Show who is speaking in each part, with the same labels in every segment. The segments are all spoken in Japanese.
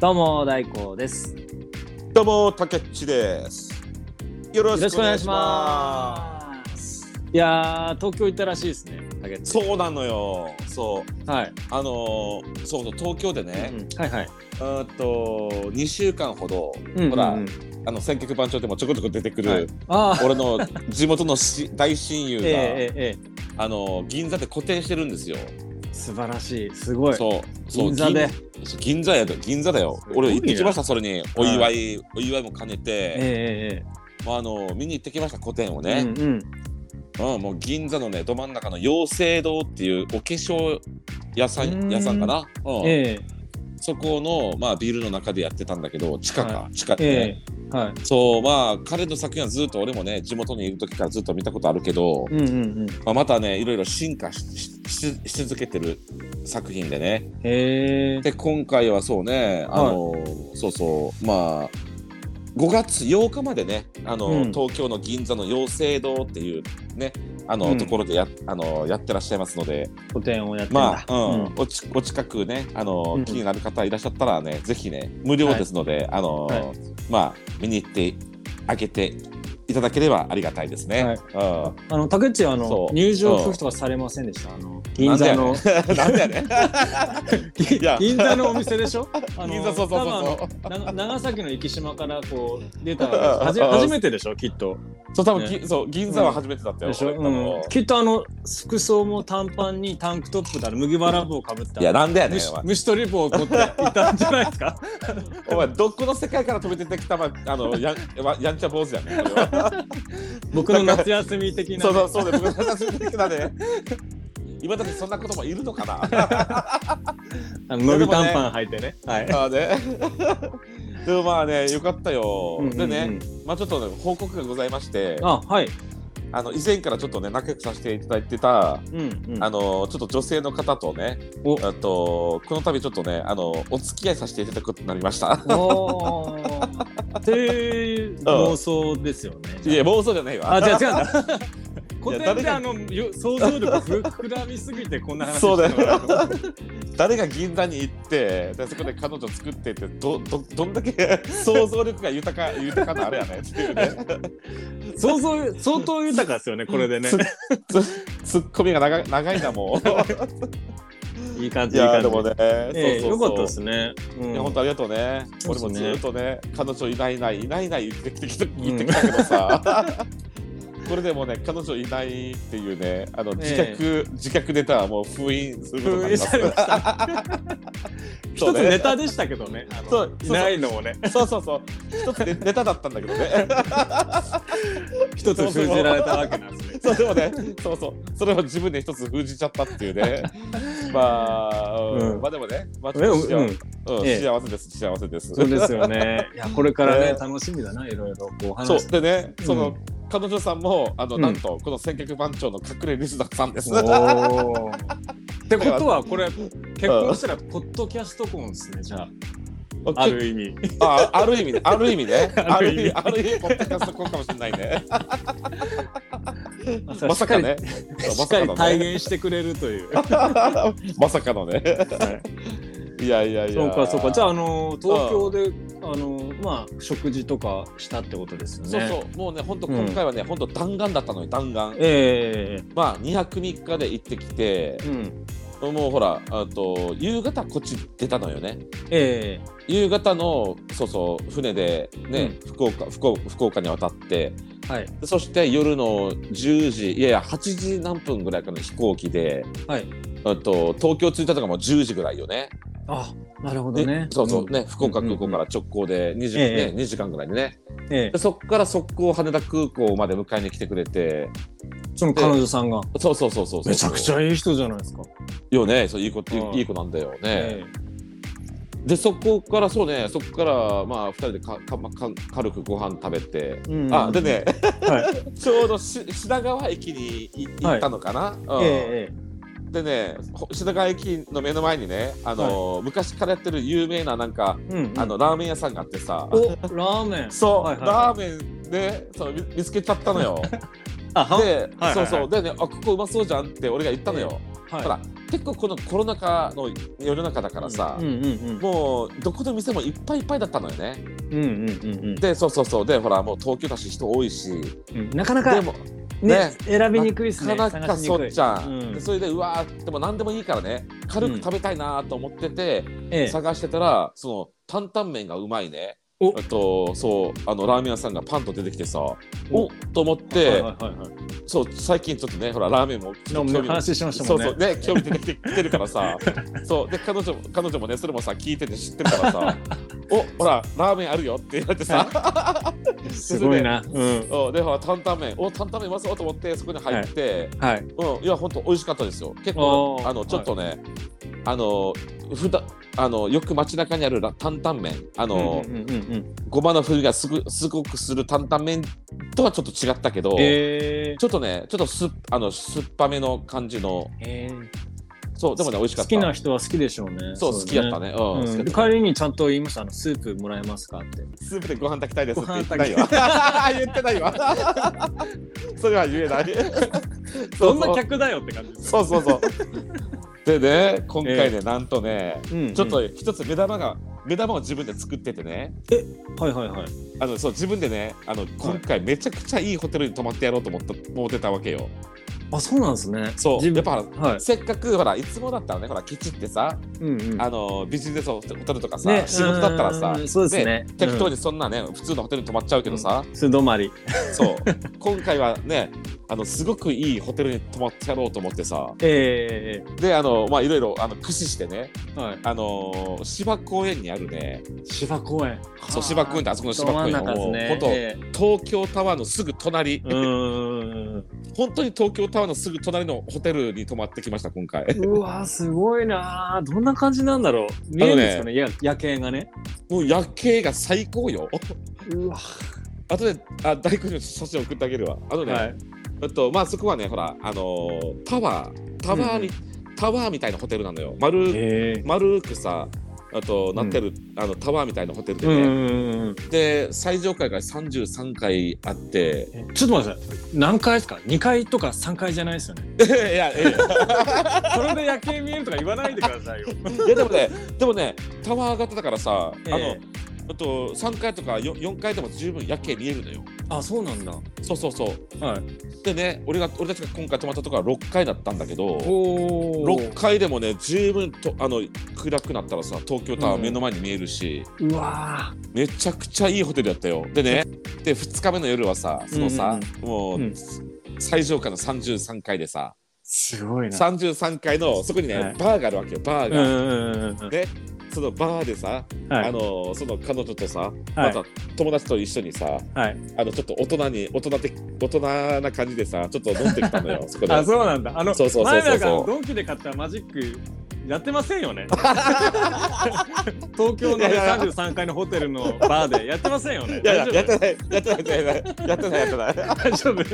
Speaker 1: どうも大光です。よ。
Speaker 2: どうも、たけっちです。よろしくお願いします
Speaker 1: いやー東京行ったらしいですね。タケ
Speaker 2: す。
Speaker 1: ツ
Speaker 2: そうなのよ。そう、
Speaker 1: はい、
Speaker 2: あのーそうそう、東京でね、
Speaker 1: うんはいはい。
Speaker 2: うーんと、二週間ほど、
Speaker 1: うん
Speaker 2: ほら、
Speaker 1: うんうん
Speaker 2: あの選曲番長でもちょこちょこ出てくる。
Speaker 1: はいああ
Speaker 2: 俺 の地元のし大親友
Speaker 1: え
Speaker 2: が、
Speaker 1: えええ
Speaker 2: あのー銀座で個展してるんですよ。
Speaker 1: ええ素晴らしいすごい。
Speaker 2: そう、そう、
Speaker 1: 銀座で。
Speaker 2: 銀そう銀座やで、銀座だよ
Speaker 1: す。ごいな
Speaker 2: 俺行ってきました、それに、お祝い、お祝いも兼ねて、
Speaker 1: えええ
Speaker 2: まあ、あのー見に行ってきました、個展を
Speaker 1: え
Speaker 2: ね。
Speaker 1: うんうん
Speaker 2: うん、もう銀座のねど真ん中の養成堂っていうお化粧屋さ
Speaker 1: うー
Speaker 2: ん
Speaker 1: ん
Speaker 2: 屋さんかな、うん
Speaker 1: ええ
Speaker 2: そこの、まあ、ビルの中でやってたんだけど地下か、
Speaker 1: は
Speaker 2: 地下ってね、
Speaker 1: ええはい。
Speaker 2: そうまあ彼の作品はずっと俺もね地元にいる時からずっと見たことあるけど、
Speaker 1: うんうんうん。
Speaker 2: まあ、またねいろいろ進化しししし続けてる作品でね
Speaker 1: へえ
Speaker 2: で今回はそうねあの、そうそうまあ5月8日までねあの、
Speaker 1: うん
Speaker 2: 東京の銀座の養成堂っていうねあの、
Speaker 1: うん
Speaker 2: ところでやあのやってらっしゃいますので
Speaker 1: 個展をやってん
Speaker 2: ま
Speaker 1: だ。
Speaker 2: あ、うんおちお近くねあの、
Speaker 1: うん
Speaker 2: 気になる方いらっしゃったらねぜひね無料ですので、あの、
Speaker 1: はい
Speaker 2: まあ見に行ってあげていただければありがたいですね。
Speaker 1: はい
Speaker 2: うん
Speaker 1: あの竹内はあ
Speaker 2: そ
Speaker 1: の
Speaker 2: う
Speaker 1: 入場拒否とかされませんでした。あの銀座の
Speaker 2: なん でやねんいや
Speaker 1: 銀座のお店でしょ。あの
Speaker 2: 銀座そうそう
Speaker 1: 多分あの
Speaker 2: そうそう
Speaker 1: な長崎の生島からこう 出たはじ初めてでしょきっと
Speaker 2: そう多分、ぎそう銀座は初めてだったよ。
Speaker 1: でしょ、
Speaker 2: 俺多分
Speaker 1: うん、きっとあの服装も短パンにタンクトップだろ麦わら帽かぶった
Speaker 2: いやなんでやねん
Speaker 1: 虫
Speaker 2: お前
Speaker 1: 虫取り棒を取っていたんじゃないです か
Speaker 2: お前どこの世界から飛び出てきたまあのやんややんちゃ坊主やねんそれは
Speaker 1: 僕の夏休み的な、ね、
Speaker 2: そう そうそうで僕の話聞いてたね今だってそんなこともいるのかな
Speaker 1: あの伸び短パン履いてねはい
Speaker 2: ああねでもまあね よかったよ、
Speaker 1: うんうんうん
Speaker 2: でねまあちょっとね報告がございましてあ
Speaker 1: あはい
Speaker 2: の以前からちょっとね仲良くさせていただいてた
Speaker 1: うんうん
Speaker 2: あのちょっと女性の方とね
Speaker 1: お
Speaker 2: あとこの度ちょっとねあのお付き合いさせていただくことになりました
Speaker 1: おーっていう妄想ですよね
Speaker 2: いや妄想じゃないわ
Speaker 1: あじゃあ違うんだこ
Speaker 2: いや
Speaker 1: れ
Speaker 2: 誰
Speaker 1: で
Speaker 2: が
Speaker 1: あのよ想像力ふ膨らみすぎてこんな話
Speaker 2: そうだよ
Speaker 1: してもらと
Speaker 2: 誰が銀座に行ってでそこで彼女作ってってどどどんだけ 想像力が豊か豊かなあれやねってい うね
Speaker 1: 想像相当豊かですよねこれでね
Speaker 2: つツッコミが長い長いな もう
Speaker 1: いい感じ
Speaker 2: い
Speaker 1: いい感
Speaker 2: やで
Speaker 1: じ
Speaker 2: もね、
Speaker 1: ええ
Speaker 2: そうそうそ
Speaker 1: よか
Speaker 2: う
Speaker 1: ったですね。うん
Speaker 2: いや本当ありがとうね。
Speaker 1: そう
Speaker 2: 俺
Speaker 1: そ
Speaker 2: も
Speaker 1: うね
Speaker 2: ずっとね、彼女いないいないいないいない言ってきてきた言ってきたけどさ、これでもうね彼女いないっていうねあの
Speaker 1: ええ
Speaker 2: 自覚、自覚ネタはもう封印することになります。
Speaker 1: 封印さ
Speaker 2: そ
Speaker 1: 一
Speaker 2: う
Speaker 1: つ
Speaker 2: ね
Speaker 1: ネタでしたけどね。あの
Speaker 2: そう
Speaker 1: いないのもね。
Speaker 2: そうそうそう。一つねネタだったんだけどね。
Speaker 1: 一つ封じられたわけなんですね。
Speaker 2: そうでもね、そうそう、それを自分で一つ封じちゃったってい うね。まあ、うん
Speaker 1: うん
Speaker 2: まあでもね、まあ、ち
Speaker 1: え
Speaker 2: ょっと
Speaker 1: う
Speaker 2: 幸
Speaker 1: ん、
Speaker 2: うん
Speaker 1: ええ
Speaker 2: 幸せです、幸せです。
Speaker 1: そうですよ ね。いやこれからね、
Speaker 2: ね
Speaker 1: 楽しみだな、いろいろこうお
Speaker 2: そ
Speaker 1: 話
Speaker 2: うでね、そうの彼女さんもあの、
Speaker 1: うん
Speaker 2: なんとこの選曲番長の隠れリスナーさんです。
Speaker 1: お ーってことは、これ、結婚したら、ポッドキャスト婚ですね、じゃあ。ある意味。
Speaker 2: あある意味ね、ある意味 ね、
Speaker 1: あ
Speaker 2: あ
Speaker 1: る
Speaker 2: る
Speaker 1: 意
Speaker 2: 意
Speaker 1: 味
Speaker 2: 味、ある意味ポッドキャスト婚かもしれないね。まさかね、
Speaker 1: し
Speaker 2: ま
Speaker 1: っか
Speaker 2: さ
Speaker 1: り
Speaker 2: かのね、
Speaker 1: 体現してくれるという。
Speaker 2: まさかのね、 いやいやいや。
Speaker 1: そうか、そうか。じゃ
Speaker 2: あ、
Speaker 1: あ、あの、東京で、あの、まあ、食事とかしたってことですよね。
Speaker 2: そうそう、もうね、本当今回はね、本当弾丸だったのよ、弾丸。
Speaker 1: え
Speaker 2: まあ、2泊3日で行ってきて
Speaker 1: え、うん。
Speaker 2: もうほら、あと夕方こっち出たのよね。
Speaker 1: え
Speaker 2: 夕方のそうそう船でね、福岡福岡福岡に渡って
Speaker 1: えはい。
Speaker 2: でそして夜の10時いやいや8時何分ぐらいかの飛行機で、
Speaker 1: はい
Speaker 2: あと東京着いたとかもう10時ぐらいよね。
Speaker 1: あ、なるほど
Speaker 2: で
Speaker 1: ね。
Speaker 2: そうそう、
Speaker 1: ん
Speaker 2: ね福岡空港から直行で 20,、
Speaker 1: ええ
Speaker 2: ね、2時間ぐらいでね
Speaker 1: ええ
Speaker 2: でそっから速攻羽田空港まで迎えに来てくれて
Speaker 1: その彼女さんが。
Speaker 2: そうそうそうそうそう
Speaker 1: めちゃくちゃいい人じゃないですか。
Speaker 2: よねそういい子っていう
Speaker 1: うん
Speaker 2: いい子なんだよね。でそこからそうねそこからまあ2人でかか、まあか軽くご飯食べて、
Speaker 1: うん
Speaker 2: あでね、
Speaker 1: は
Speaker 2: ちょうどし品川駅にい行ったのかな、うん
Speaker 1: ええ
Speaker 2: でねほ品川駅の目の前にねあの、昔からやってる有名ななんか、
Speaker 1: ええうんうん
Speaker 2: あのラーメン屋さんがあってさ
Speaker 1: おラーメン。
Speaker 2: そう、
Speaker 1: はいはい
Speaker 2: ラーメンでそう見見つけちゃったのよ
Speaker 1: あは
Speaker 2: で、
Speaker 1: はいはいはい
Speaker 2: そうそうでねあここうまそうじゃんって俺が言ったのよ、
Speaker 1: はい
Speaker 2: ほら結構このコロナ禍の世の中だからさ、
Speaker 1: うんうん
Speaker 2: もうどこの店もいっぱいいっぱいだったのよね
Speaker 1: うんうんうんうん
Speaker 2: でそうそうそうでほらもう東京だし人多いし
Speaker 1: うんなかなか
Speaker 2: で
Speaker 1: ね
Speaker 2: もね
Speaker 1: 選びにくいですね
Speaker 2: なかな
Speaker 1: 探
Speaker 2: か
Speaker 1: しに
Speaker 2: そ
Speaker 1: く
Speaker 2: っ
Speaker 1: い
Speaker 2: ちゃん、
Speaker 1: う
Speaker 2: でそれでうわーでも何でもいいからね軽く食べたいなと思ってて、
Speaker 1: ええ
Speaker 2: 探してたらその担々麺がうまいね
Speaker 1: お
Speaker 2: あとそうあのラーメン屋さんがパンと出てきてさお
Speaker 1: お
Speaker 2: と思っ
Speaker 1: はいは
Speaker 2: て
Speaker 1: いはいはい
Speaker 2: そう最近ちょっとねほらラーメンもちょっと
Speaker 1: で
Speaker 2: 興
Speaker 1: も
Speaker 2: 味
Speaker 1: 話しました
Speaker 2: そ
Speaker 1: も
Speaker 2: うん
Speaker 1: ね
Speaker 2: そうね興味出てきてきてるから さそうで彼女も彼女もねそれもさ聞いてて知ってるからさおほらラーメンあるよって言われてさ
Speaker 1: すごいなうん
Speaker 2: うんでほら担々麺お担々麺うまそうと思ってそこに入って、
Speaker 1: はい
Speaker 2: い、うんいや本当美味しかったですよ結構
Speaker 1: あー
Speaker 2: あのちょっとね、あの普段あのよく街中にあるら担々麺あの、
Speaker 1: うんうんうんうん
Speaker 2: ごまの風味がすぐすごくする担々麺とはちょっと違ったけど、
Speaker 1: え
Speaker 2: ちょっとねちょっとすっあの酸っぱめの感じの
Speaker 1: ーえー
Speaker 2: そうでもね美味しかった
Speaker 1: 好きな人は好きでしょうね
Speaker 2: そう好きやったねうん、好き
Speaker 1: う
Speaker 2: や
Speaker 1: ん、
Speaker 2: った
Speaker 1: 帰りにちゃんと言いましたあのスープもらえますかって
Speaker 2: スープでご飯炊きたいですって
Speaker 1: ご
Speaker 2: 言
Speaker 1: 飯
Speaker 2: って
Speaker 1: 炊
Speaker 2: な
Speaker 1: き
Speaker 2: いわ。言ってないわ。 それは言えない。
Speaker 1: どんな客だよって感じですよ
Speaker 2: そうそうそう。 でね、今回ね、なんとね、
Speaker 1: うん
Speaker 2: ちょっと一つ目玉が、目玉を自分で作っててね、
Speaker 1: はいはいはい
Speaker 2: あのそう自分でね、あの今回めちゃくちゃいいホテルに泊まってやろうと思った思ってたわけよ。
Speaker 1: あそうなんですね
Speaker 2: そう、
Speaker 1: 自
Speaker 2: やっ
Speaker 1: 分
Speaker 2: ぱほら
Speaker 1: はい
Speaker 2: せっかくほらいつもだったらね、ほらケチってさ、
Speaker 1: うんうん
Speaker 2: あのビジネスホテルとかさ、仕事だったらさ
Speaker 1: う。んそうですね
Speaker 2: 適当
Speaker 1: に
Speaker 2: にそんなね、普通のホテルに泊まっちゃうけどさ、
Speaker 1: 素泊まり
Speaker 2: そう今回はねあのすごくいいホテルに泊まってやろうと思ってさ
Speaker 1: ええ
Speaker 2: であのまあいろいろあの駆使してね
Speaker 1: はい
Speaker 2: あのー芝公園にあるね
Speaker 1: 芝公園
Speaker 2: そう芝公園ってあそこの芝公
Speaker 1: ど
Speaker 2: 園
Speaker 1: 真ん中です
Speaker 2: を、
Speaker 1: ね
Speaker 2: ほんと
Speaker 1: え
Speaker 2: 東京タワーのすぐ隣、
Speaker 1: えうーん
Speaker 2: 本当に東京タワーのすぐ隣のホテルに泊まってきました今回
Speaker 1: うわすごいなどんな感じなんだろう見えるんですかねや夜景がね
Speaker 2: もう夜景が最高よ
Speaker 1: うわ
Speaker 2: あとであ大工に写真送ってあげるわあとね、
Speaker 1: はい
Speaker 2: あとまあそこはねほらあのータワータワーみ、タワーみたいなホテルなのよ丸
Speaker 1: ええ
Speaker 2: 丸くさあとなってる、あのタワーみたいなホテルで
Speaker 1: う
Speaker 2: ね、
Speaker 1: んうんうん
Speaker 2: で最上階が33階あって
Speaker 1: えちょっと待ってください何階ですか2階とか3階じゃないですよね
Speaker 2: いやいやいや
Speaker 1: それで夜景見えるとか言わないでください よ
Speaker 2: いやでもねでもねタワー型だからさ、あ
Speaker 1: ええ
Speaker 2: のあと3階とか 4, 4階でも十分夜景見えるのよ
Speaker 1: あそうなんだ
Speaker 2: そうそうそう
Speaker 1: はい
Speaker 2: でね俺が俺たちが今回泊まったところは6階だったんだけど
Speaker 1: おお
Speaker 2: 6階でもね十分とあの暗くなったらさ東京タワー目の前に見えるし、
Speaker 1: うわ
Speaker 2: めちゃくちゃいいホテルだったよでねで2日目の夜はさそのさ、もう、
Speaker 1: うん
Speaker 2: 最上階の33階でさ
Speaker 1: すごいな
Speaker 2: 33階のそこにね、
Speaker 1: はい
Speaker 2: バーがあるわけよバー
Speaker 1: うんう
Speaker 2: が、
Speaker 1: んうんうん
Speaker 2: でそのバーでさ、
Speaker 1: はい
Speaker 2: あのーその彼女とさ、
Speaker 1: は
Speaker 2: ま
Speaker 1: い
Speaker 2: た友達と一緒にさ
Speaker 1: はい
Speaker 2: あのちょっと大人に大人的大人な感じでさちょっと飲んできた のよそこで
Speaker 1: あそうなんだあの
Speaker 2: そうそうそうそう
Speaker 1: 前なんかドンキで買ったマジックやってませんよ ね東京のね
Speaker 2: いやいや
Speaker 1: 33階のホテルのバーでやってませんよね
Speaker 2: いや
Speaker 1: 大
Speaker 2: い
Speaker 1: 丈
Speaker 2: やや
Speaker 1: 夫
Speaker 2: ってないやってないやってないやってないやっ てない
Speaker 1: 大丈夫
Speaker 2: い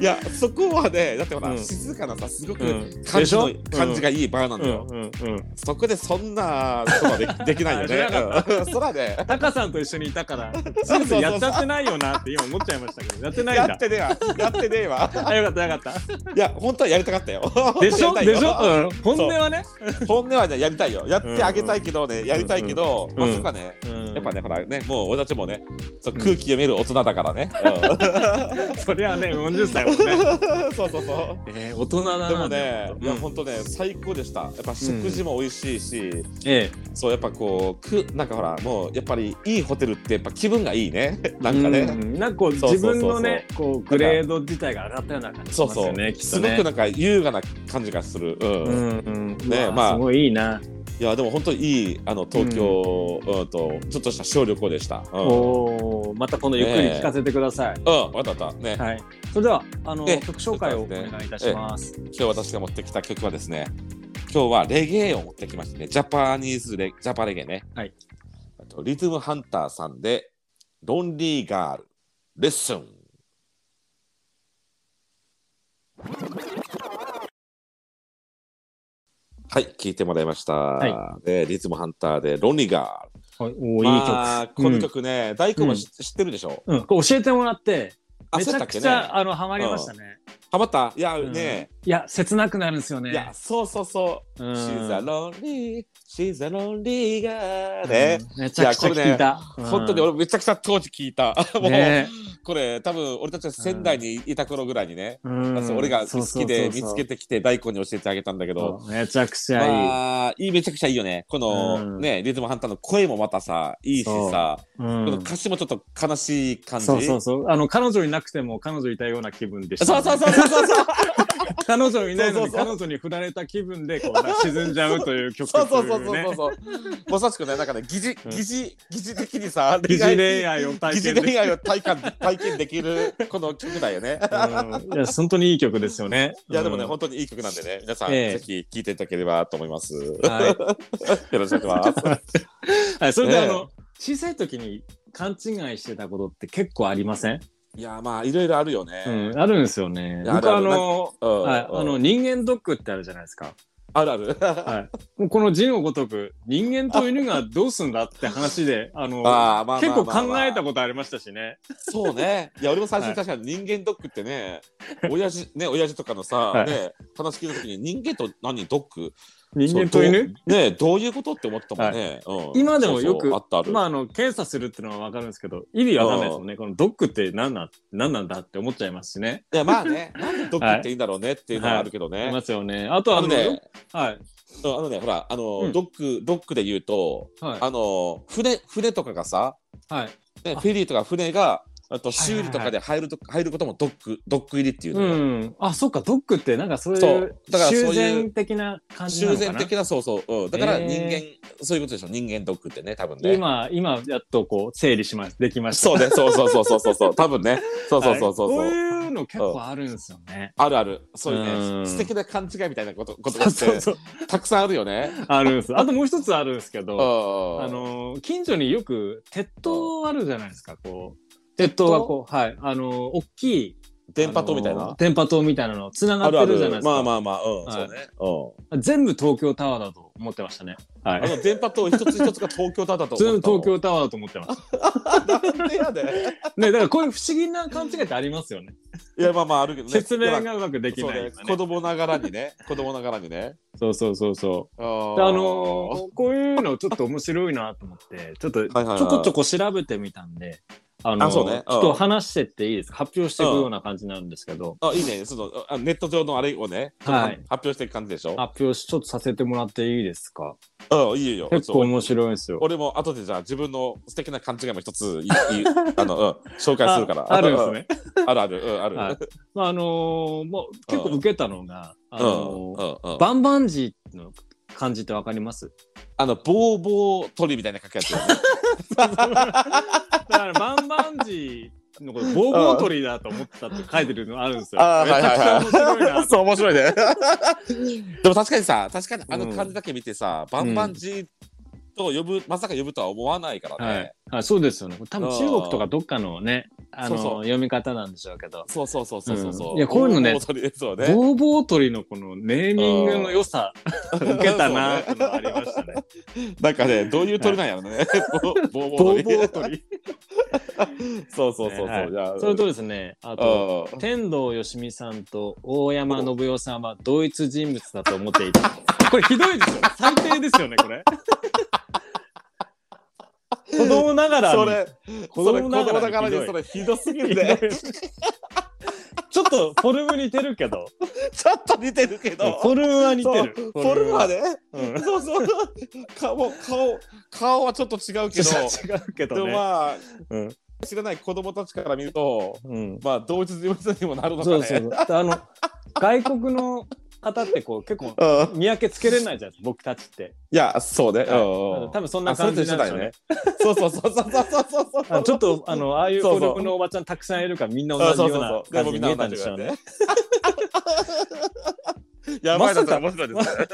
Speaker 2: やそこはねだってほら、
Speaker 1: うん
Speaker 2: 静かなさすごく
Speaker 1: うん
Speaker 2: 感
Speaker 1: で
Speaker 2: じ
Speaker 1: し
Speaker 2: の、
Speaker 1: ょ
Speaker 2: 感じがいいバーなん
Speaker 1: う
Speaker 2: だ
Speaker 1: ん
Speaker 2: よ、
Speaker 1: うんうん
Speaker 2: そこでそんなことは できできないよ
Speaker 1: あ
Speaker 2: ね
Speaker 1: 知らな
Speaker 2: うんそらね
Speaker 1: タカさんと一緒にいた からついついやっちゃってないよなって今思っちゃいましたけどやってない
Speaker 2: や
Speaker 1: ん
Speaker 2: っ
Speaker 1: だ
Speaker 2: てねえわやってねえわ
Speaker 1: あよかったよかっ
Speaker 2: いや、本当はやりたかったよ。
Speaker 1: たでしょ
Speaker 2: やりたいよ
Speaker 1: でしょ、うん、本音はね
Speaker 2: 本音はね、やりたいよ。やってあげたいけどね、やりたいけど、
Speaker 1: ん
Speaker 2: まあ、そこはね、
Speaker 1: や
Speaker 2: やっぱね、ほらね、もう俺たちもね、そう空気読める大人だからね。
Speaker 1: そりゃね40歳もね
Speaker 2: うんそうそうそう。
Speaker 1: えー、大人だな
Speaker 2: でもね、い
Speaker 1: で
Speaker 2: や、
Speaker 1: もうん
Speaker 2: 本当ね、最高でした。やっぱ食事も美味しいし、
Speaker 1: え
Speaker 2: そう、やっぱこう、く、なんかほら、もう、やっぱりいいホテルって、やっぱ気分がいいね。 な
Speaker 1: え
Speaker 2: んか
Speaker 1: う
Speaker 2: ね。
Speaker 1: んなんかこう
Speaker 2: そうそ
Speaker 1: 自
Speaker 2: うそうそう
Speaker 1: 分のねこうグレード自体が上がったような感じし
Speaker 2: そう
Speaker 1: ます
Speaker 2: そ
Speaker 1: よ
Speaker 2: う
Speaker 1: ねきっと
Speaker 2: すご
Speaker 1: ね
Speaker 2: くなんか優雅な感じがする。うん
Speaker 1: うんうん
Speaker 2: ね
Speaker 1: うわ
Speaker 2: まあ
Speaker 1: すごいいいな、
Speaker 2: いや、でも本当にいい、あの、東京、うんと、ちょっとした小旅行でした。うん。う
Speaker 1: お
Speaker 2: ん、
Speaker 1: おまた今度ゆっくり聞かせてください、
Speaker 2: わかったわかった。ね。
Speaker 1: はいそれではあの
Speaker 2: ええ
Speaker 1: 曲紹介をお願いいたします、
Speaker 2: 今日私が持ってきた曲はですね、今日はレゲエを持ってきましたね。ジャパニーズレ、ジャパレゲエね。
Speaker 1: はい。
Speaker 2: あとリズムハンターさんで、ロンリーガール、レッスン。はい、聞いてもらいました。
Speaker 1: は
Speaker 2: でリズムハンターで、ロンリーガー
Speaker 1: はい、お
Speaker 2: ル。
Speaker 1: ーいい曲、
Speaker 2: まあこの曲ね、大工も知知ってるでしょ。
Speaker 1: うんこれ教えてもらって
Speaker 2: あ
Speaker 1: めち
Speaker 2: そうだ
Speaker 1: ゃ
Speaker 2: っ
Speaker 1: く
Speaker 2: け
Speaker 1: ち
Speaker 2: ね
Speaker 1: ゃ、あのハマりましたね。
Speaker 2: ハマったいや
Speaker 1: うん
Speaker 2: ね、
Speaker 1: いや切なくなるんですよね。
Speaker 2: いやそうそうそうう、
Speaker 1: ん
Speaker 2: She's a lonely She's a lonely girl ね、
Speaker 1: うんめちゃくちゃ聞いた。うん
Speaker 2: 本当に俺めちゃくちゃ当時聞いた もう、
Speaker 1: ね
Speaker 2: これ多分俺たちが仙台にいた頃ぐらいにね、
Speaker 1: うん
Speaker 2: まず俺が好きで見つけ
Speaker 1: た
Speaker 2: てきて大根に教えてあげたんだけど、
Speaker 1: めちゃくちゃいい。
Speaker 2: まあいいめちゃくちゃいいよねこの、
Speaker 1: うん
Speaker 2: ねリズムハンターの声もまたさいいしさ、
Speaker 1: うん
Speaker 2: この歌詞もちょっと悲しい感じ
Speaker 1: そうそうそう。あの、彼女いなくても彼女いたような気分でした。
Speaker 2: そうそうそうそうそうそう
Speaker 1: 彼女いないのに
Speaker 2: そうそうそう
Speaker 1: 彼女に振られた気分でこう沈んじゃうという曲
Speaker 2: そう
Speaker 1: と
Speaker 2: そう
Speaker 1: い
Speaker 2: そうそう
Speaker 1: う
Speaker 2: そ
Speaker 1: ね
Speaker 2: う。そうまさしくねなんかね疑似
Speaker 1: うん
Speaker 2: 疑似疑似的にさ
Speaker 1: 疑似恋
Speaker 2: 恋愛
Speaker 1: 愛を体
Speaker 2: 疑
Speaker 1: 験
Speaker 2: 似
Speaker 1: でき
Speaker 2: 恋愛を体感体験できるこの曲だよね。
Speaker 1: うんいや、本当にいい曲ですよね。
Speaker 2: いやでもね、
Speaker 1: うん
Speaker 2: 本当にいい曲なんでね皆さん、
Speaker 1: ええ
Speaker 2: ぜひ聴いていただければと思い ます。よ
Speaker 1: はい
Speaker 2: ろしくお願いします。
Speaker 1: はい、それで、
Speaker 2: ねえ
Speaker 1: あの、小さい時に勘違いしてたことって結構ありません、
Speaker 2: いやまあいろいろあるよね。
Speaker 1: うん、あるんですよね。
Speaker 2: いや
Speaker 1: 僕あ
Speaker 2: あるある
Speaker 1: の、
Speaker 2: うん
Speaker 1: はい、
Speaker 2: うん
Speaker 1: あの、人間ドックってあるじゃないですか。
Speaker 2: あるある。
Speaker 1: はい。もうこの字のごとく、人間と犬がどうすんだって話で、あの、
Speaker 2: あーまあまあまあまあ
Speaker 1: 結構考えたことありましたしね。
Speaker 2: そうね。 いや、俺も最
Speaker 1: は
Speaker 2: 初
Speaker 1: い
Speaker 2: に確かに人間ドックってね、親父、ね、親父とかのさ、
Speaker 1: はい
Speaker 2: ね、話聞いた時に人間と何ドック
Speaker 1: 人間と犬
Speaker 2: そうどうね、どういうことって思ったもんね。うん
Speaker 1: 今でもよく
Speaker 2: そうそうあったある。
Speaker 1: まあ、あの、検査するってのはわかるんですけど、意味わかんないですもんね。このドックって何なん何なんだって思っちゃいますしね。
Speaker 2: いや、まあね、なんでドックっていいんだろうねっていうのはあるけどね。
Speaker 1: いますよね。あとは、
Speaker 2: あ
Speaker 1: あ
Speaker 2: の
Speaker 1: の、
Speaker 2: ね、
Speaker 1: はい。
Speaker 2: うんあのね、ほら、あの、
Speaker 1: うん
Speaker 2: ドック、ドックで言うと、
Speaker 1: はい。
Speaker 2: あの、船、船とかがさ、
Speaker 1: はい。
Speaker 2: ね、
Speaker 1: あ
Speaker 2: フェリーとか船が、あと
Speaker 1: はいはい
Speaker 2: 修
Speaker 1: はい
Speaker 2: 理とかで入ると、入ることもドック、ドック入りっていう
Speaker 1: う
Speaker 2: のよ。
Speaker 1: ん。あ、そっか、ドックってなんかそう
Speaker 2: そ
Speaker 1: いう
Speaker 2: うだからそういう
Speaker 1: 修繕的な感じな
Speaker 2: 修
Speaker 1: のか
Speaker 2: 繕
Speaker 1: な。
Speaker 2: 的なそうそう、うん、だから
Speaker 1: えー
Speaker 2: 人間、そういうことでしょ人間ドックってね多分ね
Speaker 1: 今、今、やっとこう、整理しましできました。
Speaker 2: そうね、そうそうそうそうそうそう、多分ね、そうそうそうそうそう、
Speaker 1: はいこういうの結構あるんですよね。
Speaker 2: あるある、そういう
Speaker 1: う
Speaker 2: ね、
Speaker 1: ん
Speaker 2: 素敵な勘違いみたいなこと、ことが
Speaker 1: そう
Speaker 2: あっ
Speaker 1: そう
Speaker 2: て、
Speaker 1: そう。
Speaker 2: たくさんあるよね。
Speaker 1: あるんです。あともう一つあるんですけ
Speaker 2: あ
Speaker 1: ど、あ
Speaker 2: の、
Speaker 1: の、近所によく鉄塔あるじゃないですか、こう。鉄塔がこう、はい。あの、大きい。
Speaker 2: 電波塔みたい
Speaker 1: あの
Speaker 2: な。
Speaker 1: 電波塔みたいなの、つなが
Speaker 2: あ
Speaker 1: っ
Speaker 2: るあ
Speaker 1: てるじゃない
Speaker 2: る
Speaker 1: で、すか。
Speaker 2: まあまあまあ、うん、
Speaker 1: はい
Speaker 2: そうね、
Speaker 1: 全部東京タワーだと思ってましたね。は
Speaker 2: うん。あ
Speaker 1: い。
Speaker 2: の電波塔一つ一つが東京タワーだと
Speaker 1: 全
Speaker 2: 思
Speaker 1: 部
Speaker 2: った。
Speaker 1: 東京タワーだと思ってました。
Speaker 2: 京。なんでやで。
Speaker 1: ね、だからこういう不思議な勘違いってありますよ ね。
Speaker 2: いや、まあまあ、あるけどね。
Speaker 1: 説明がうまくでき
Speaker 2: そ
Speaker 1: な
Speaker 2: う
Speaker 1: い、ね
Speaker 2: ね、子供ながらにね、子供ながらにね。
Speaker 1: そうそうそうそ
Speaker 2: あ
Speaker 1: う。
Speaker 2: ー
Speaker 1: であのーこういうのちょっと面白いなと思って、ちょっとち
Speaker 2: はいはい
Speaker 1: ょこちょこ調べてみたんで、あのー
Speaker 2: あそうね
Speaker 1: ちょっと話してっていいですか発表していくような感じになるんですけど、
Speaker 2: あ、いいね、その、あネット上のあれをね、
Speaker 1: はい
Speaker 2: 発表していく感じでしょ。
Speaker 1: 発表しちょっとさせてもらっていいですか
Speaker 2: うん、いいよ。
Speaker 1: 結構面白いんですよ。
Speaker 2: 俺も後でじゃあ自分の素敵な勘違いも一ついいいい あの、うん、紹介するから
Speaker 1: ああるんですね。
Speaker 2: うんあるある、うん、ある、
Speaker 1: はいまああのーもう結構受けたのが、あ
Speaker 2: うん
Speaker 1: のー
Speaker 2: うんうん
Speaker 1: バンバンジーの感じってわかります
Speaker 2: あのボーボー鳥みたいな書くやつよね
Speaker 1: だからバンバンジーのことボーボー鳥だと思ってたって書いてるのあるんですよ。
Speaker 2: あーはいはいはい
Speaker 1: めちゃくちゃ面白いな
Speaker 2: そう面白 いねでも確かにさ確かにあの漢字だけ見てさ、バンバンジーと呼ぶまさか呼ぶとは思わないからね、
Speaker 1: はい、はい、そうですよね。これ多分中国とかどっかのね、あの
Speaker 2: そうそう
Speaker 1: 読み方なんでしょうけど、
Speaker 2: そうそうそうそうそうそう、
Speaker 1: うんいやこういうのね
Speaker 2: ボーボー鳥そうね
Speaker 1: ボーボー鳥のこのネーミングの良さ、受けたな ってのはありましたね。
Speaker 2: なんかねどういう鳥なんやろね、 ボーボ
Speaker 1: ボー
Speaker 2: ー鳥
Speaker 1: ボー鳥。
Speaker 2: そうそうそうそう、
Speaker 1: はい
Speaker 2: いや
Speaker 1: それとですね、あと。
Speaker 2: うん
Speaker 1: 天童よしみさんと大山信代さんは同一人物だと思っていた。 これひどいですよ。最低ですよね、こ れ。子供ながら
Speaker 2: そ
Speaker 1: に
Speaker 2: れ、
Speaker 1: 子
Speaker 2: 子
Speaker 1: 供
Speaker 2: 供
Speaker 1: な
Speaker 2: な
Speaker 1: が
Speaker 2: が
Speaker 1: らに
Speaker 2: ら
Speaker 1: ひどい
Speaker 2: にそれひどすぎ
Speaker 1: ひ
Speaker 2: る
Speaker 1: ど い
Speaker 2: ね。
Speaker 1: ちょっとフォルム似てるけど、
Speaker 2: ちょっと似てるけ
Speaker 1: フ
Speaker 2: ど。
Speaker 1: ォルムは似てる。
Speaker 2: そうフォルムは
Speaker 1: ね。
Speaker 2: ね、
Speaker 1: うん
Speaker 2: そうそう顔顔顔はちょっと違う
Speaker 1: ち
Speaker 2: け
Speaker 1: ょ
Speaker 2: ど
Speaker 1: っと違うけ
Speaker 2: で
Speaker 1: ど
Speaker 2: も
Speaker 1: ね。
Speaker 2: まあ
Speaker 1: うん
Speaker 2: 知らない子供たちから見ると
Speaker 1: うん
Speaker 2: まあ同一人物にもなるのか
Speaker 1: そう
Speaker 2: ね
Speaker 1: そうそう。あの外国の方ってこう結構
Speaker 2: うん
Speaker 1: 見分けつけれないじゃないですか、僕たちって。
Speaker 2: いやそうね、う
Speaker 1: 多
Speaker 2: ん
Speaker 1: 分そんな感じなんでしょうね。
Speaker 2: そうそうそうそうそうそうそう
Speaker 1: あのちょっとあのああいう
Speaker 2: そう
Speaker 1: 孤
Speaker 2: そう
Speaker 1: 独のおばちゃんたくさんいるからみんな
Speaker 2: あ
Speaker 1: 同
Speaker 2: そ
Speaker 1: じよ
Speaker 2: うそうう
Speaker 1: な
Speaker 2: そうで
Speaker 1: 感
Speaker 2: も
Speaker 1: じに
Speaker 2: みん
Speaker 1: 見
Speaker 2: な
Speaker 1: えた
Speaker 2: 同
Speaker 1: んで
Speaker 2: じぐ
Speaker 1: しょ
Speaker 2: ら
Speaker 1: う
Speaker 2: いね
Speaker 1: ね。
Speaker 2: やばい
Speaker 1: ま
Speaker 2: な
Speaker 1: さか
Speaker 2: 面白いですね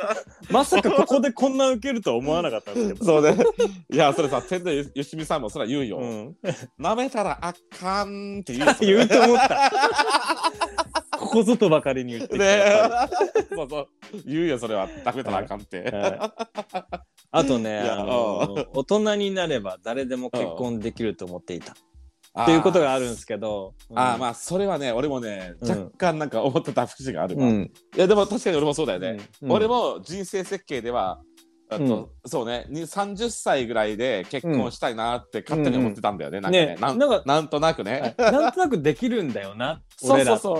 Speaker 1: まさかここでこんな受けるとは思わなかったんですけど。
Speaker 2: そうね いやそれさ天童よしみさんもそれは言うよ、
Speaker 1: うん、
Speaker 2: 舐めたらあかんって言うよ
Speaker 1: 言うと思った。ここぞとばかりに 言ってきた。やっぱ
Speaker 2: ね そうそう言うよそれはダメだなあかんって、
Speaker 1: りはいあとね、
Speaker 2: いや
Speaker 1: あの大人になれば誰でも結婚できると思っていた。っていうことがあるんですけど、うん
Speaker 2: あーまあそれはね俺もね
Speaker 1: うん
Speaker 2: 若干なんか思ってた節があるわ、
Speaker 1: う
Speaker 2: い
Speaker 1: ん
Speaker 2: やでも確かに俺もそうだよね、
Speaker 1: うん
Speaker 2: 俺も人生設計ではあと、
Speaker 1: うん
Speaker 2: そうねに30歳ぐらいで結婚したいなって勝手に思ってたんだよね、なんかね
Speaker 1: ね
Speaker 2: なん
Speaker 1: なんか
Speaker 2: なんとなくね、
Speaker 1: なんとなくできるんだよな
Speaker 2: そう
Speaker 1: 俺
Speaker 2: そ
Speaker 1: ら
Speaker 2: うそう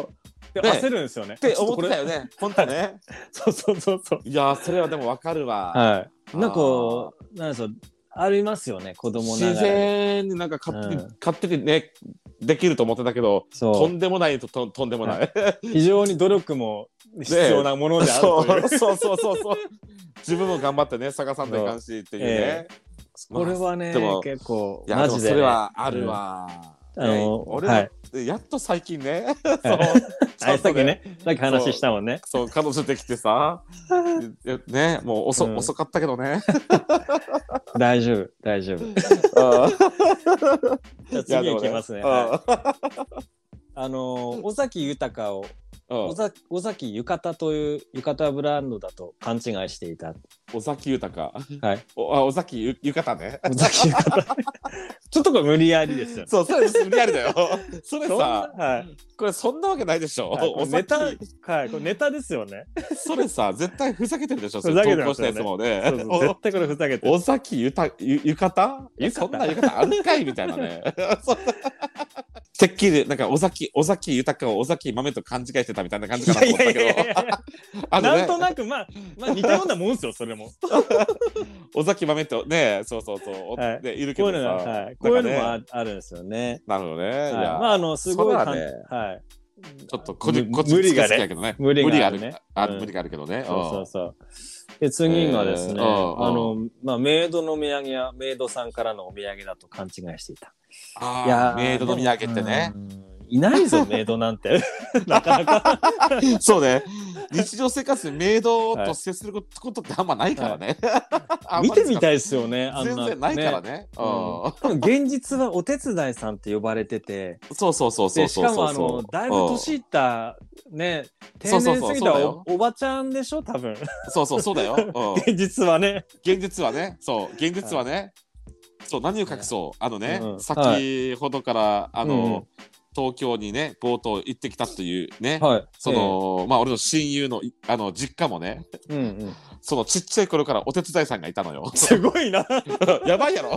Speaker 1: って
Speaker 2: ね
Speaker 1: 焦るんですよね。
Speaker 2: って思ってたよ
Speaker 1: ね。
Speaker 2: ね本当ね
Speaker 1: そうそうそうそう。
Speaker 2: いやーそれはでもわかるわ、
Speaker 1: はい。なんか
Speaker 2: あ
Speaker 1: こうなんですよありますよね子供な
Speaker 2: 自
Speaker 1: がらに。
Speaker 2: 然になんか勝手に、
Speaker 1: うん
Speaker 2: 勝手にねできると思ってたけどと
Speaker 1: そうん
Speaker 2: でもないとととんでもない、
Speaker 1: 非常に努力も必要なものであると いう。
Speaker 2: そうそうそうそうそう自分も頑張ってね探さんといかんしっていうね、
Speaker 1: これはね
Speaker 2: でも
Speaker 1: 結構
Speaker 2: いや
Speaker 1: マ
Speaker 2: でも
Speaker 1: ジ
Speaker 2: そ
Speaker 1: でね。
Speaker 2: れはあるわ、
Speaker 1: うんあの
Speaker 2: ね俺
Speaker 1: は
Speaker 2: ら
Speaker 1: い
Speaker 2: やっと最 近ね、
Speaker 1: あれ
Speaker 2: そ
Speaker 1: さ
Speaker 2: う
Speaker 1: っきねさっき話したもんね。
Speaker 2: そう彼女でき てさねもう遅,、
Speaker 1: うん
Speaker 2: 遅かったけ どね
Speaker 1: 大丈夫大丈夫。じゃあ次
Speaker 2: いやで
Speaker 1: 行
Speaker 2: も
Speaker 1: きますね。
Speaker 2: うん
Speaker 1: はいあの尾崎豊を
Speaker 2: うん
Speaker 1: 尾崎尾崎浴衣という浴衣ブランドだと勘違いしていた。
Speaker 2: 尾崎豊
Speaker 1: はい。
Speaker 2: おあ尾崎ゆ浴衣ね
Speaker 1: 尾崎浴衣。 ちょっとこれ無理やりですよね。
Speaker 2: そうそれ無理やりだよそれ
Speaker 1: そんな
Speaker 2: さ
Speaker 1: はい。
Speaker 2: これそんなわけないでしょ、
Speaker 1: はいこれ
Speaker 2: 尾
Speaker 1: ネ
Speaker 2: 崎
Speaker 1: タ、はい、これネタですよ ね。
Speaker 2: それさ絶対ふざけてるでしょ
Speaker 1: ふざけて
Speaker 2: それ投
Speaker 1: ま
Speaker 2: 稿し
Speaker 1: すよ
Speaker 2: たや
Speaker 1: ね
Speaker 2: つもね
Speaker 1: そうそう絶対これふざけて
Speaker 2: 尾
Speaker 1: る。
Speaker 2: 崎ゆたゆ浴衣え
Speaker 1: 浴衣
Speaker 2: そんな浴衣あるかいみたいな ねそんなてっきりなんか尾崎尾崎豊を尾崎豆と勘違いしてたみたいな感じかなと思ったけど
Speaker 1: や、
Speaker 2: あの
Speaker 1: なん
Speaker 2: ね
Speaker 1: となく、まあ、まあ、似たようなもんですよ、それ も。
Speaker 2: 尾崎豆とねそうそうそうお
Speaker 1: はい
Speaker 2: ねいるけ
Speaker 1: こう
Speaker 2: ど
Speaker 1: いうの
Speaker 2: さ
Speaker 1: が、はい、こういうのも
Speaker 2: な
Speaker 1: あ
Speaker 2: んかね
Speaker 1: あるんですよね。
Speaker 2: なるほどね
Speaker 1: はいい、
Speaker 2: や
Speaker 1: まあ、あの、すごい
Speaker 2: それは
Speaker 1: 感
Speaker 2: ね
Speaker 1: じ、はい。
Speaker 2: ちょっとこっち
Speaker 1: む
Speaker 2: こっち
Speaker 1: 無理がね
Speaker 2: 好きやけどね
Speaker 1: 無理がある
Speaker 2: 無
Speaker 1: ね
Speaker 2: 理があるあ
Speaker 1: うん
Speaker 2: 無理があるけどね
Speaker 1: そうそうそう。で、次がですね、
Speaker 2: えーうん
Speaker 1: あの、まあ、メイドのお土産やメイドさんからのお土産だと勘違いしていた。い
Speaker 2: あ
Speaker 1: やー
Speaker 2: あメイドの土産ってね。
Speaker 1: でもうんいないぞ、メイドなんて。 なかなか。
Speaker 2: そうね。日常生活でメイドと接することってあんまないからね。 あん
Speaker 1: 見
Speaker 2: まり
Speaker 1: てみたいですよね、あん
Speaker 2: 全
Speaker 1: な。
Speaker 2: 然ないから
Speaker 1: ね
Speaker 2: ね。
Speaker 1: うん多
Speaker 2: あ
Speaker 1: 分現実はお手伝いさんって呼ばれてて
Speaker 2: あ、そうそうそうそ
Speaker 1: で
Speaker 2: う
Speaker 1: し
Speaker 2: そう
Speaker 1: か
Speaker 2: そう。
Speaker 1: もあのだいぶ年いったね定
Speaker 2: そうそ
Speaker 1: 年
Speaker 2: うそう
Speaker 1: 過ぎ
Speaker 2: そう
Speaker 1: た
Speaker 2: だ
Speaker 1: お
Speaker 2: よ
Speaker 1: おばちゃんでしょ多分
Speaker 2: うんそうそうそう だよ。うん
Speaker 1: 現実はね
Speaker 2: 現実はね、そう現実はね、そう何を隠そうあのね
Speaker 1: う、ん
Speaker 2: 先ほどからあ
Speaker 1: うんう
Speaker 2: の東京にね冒頭行ってきたというね。
Speaker 1: はい
Speaker 2: そのまあ俺の親友のいあの実家もね
Speaker 1: うんうん
Speaker 2: そのちっちゃい頃からお手伝いさんがいたのよ
Speaker 1: すごいな
Speaker 2: やばいやろ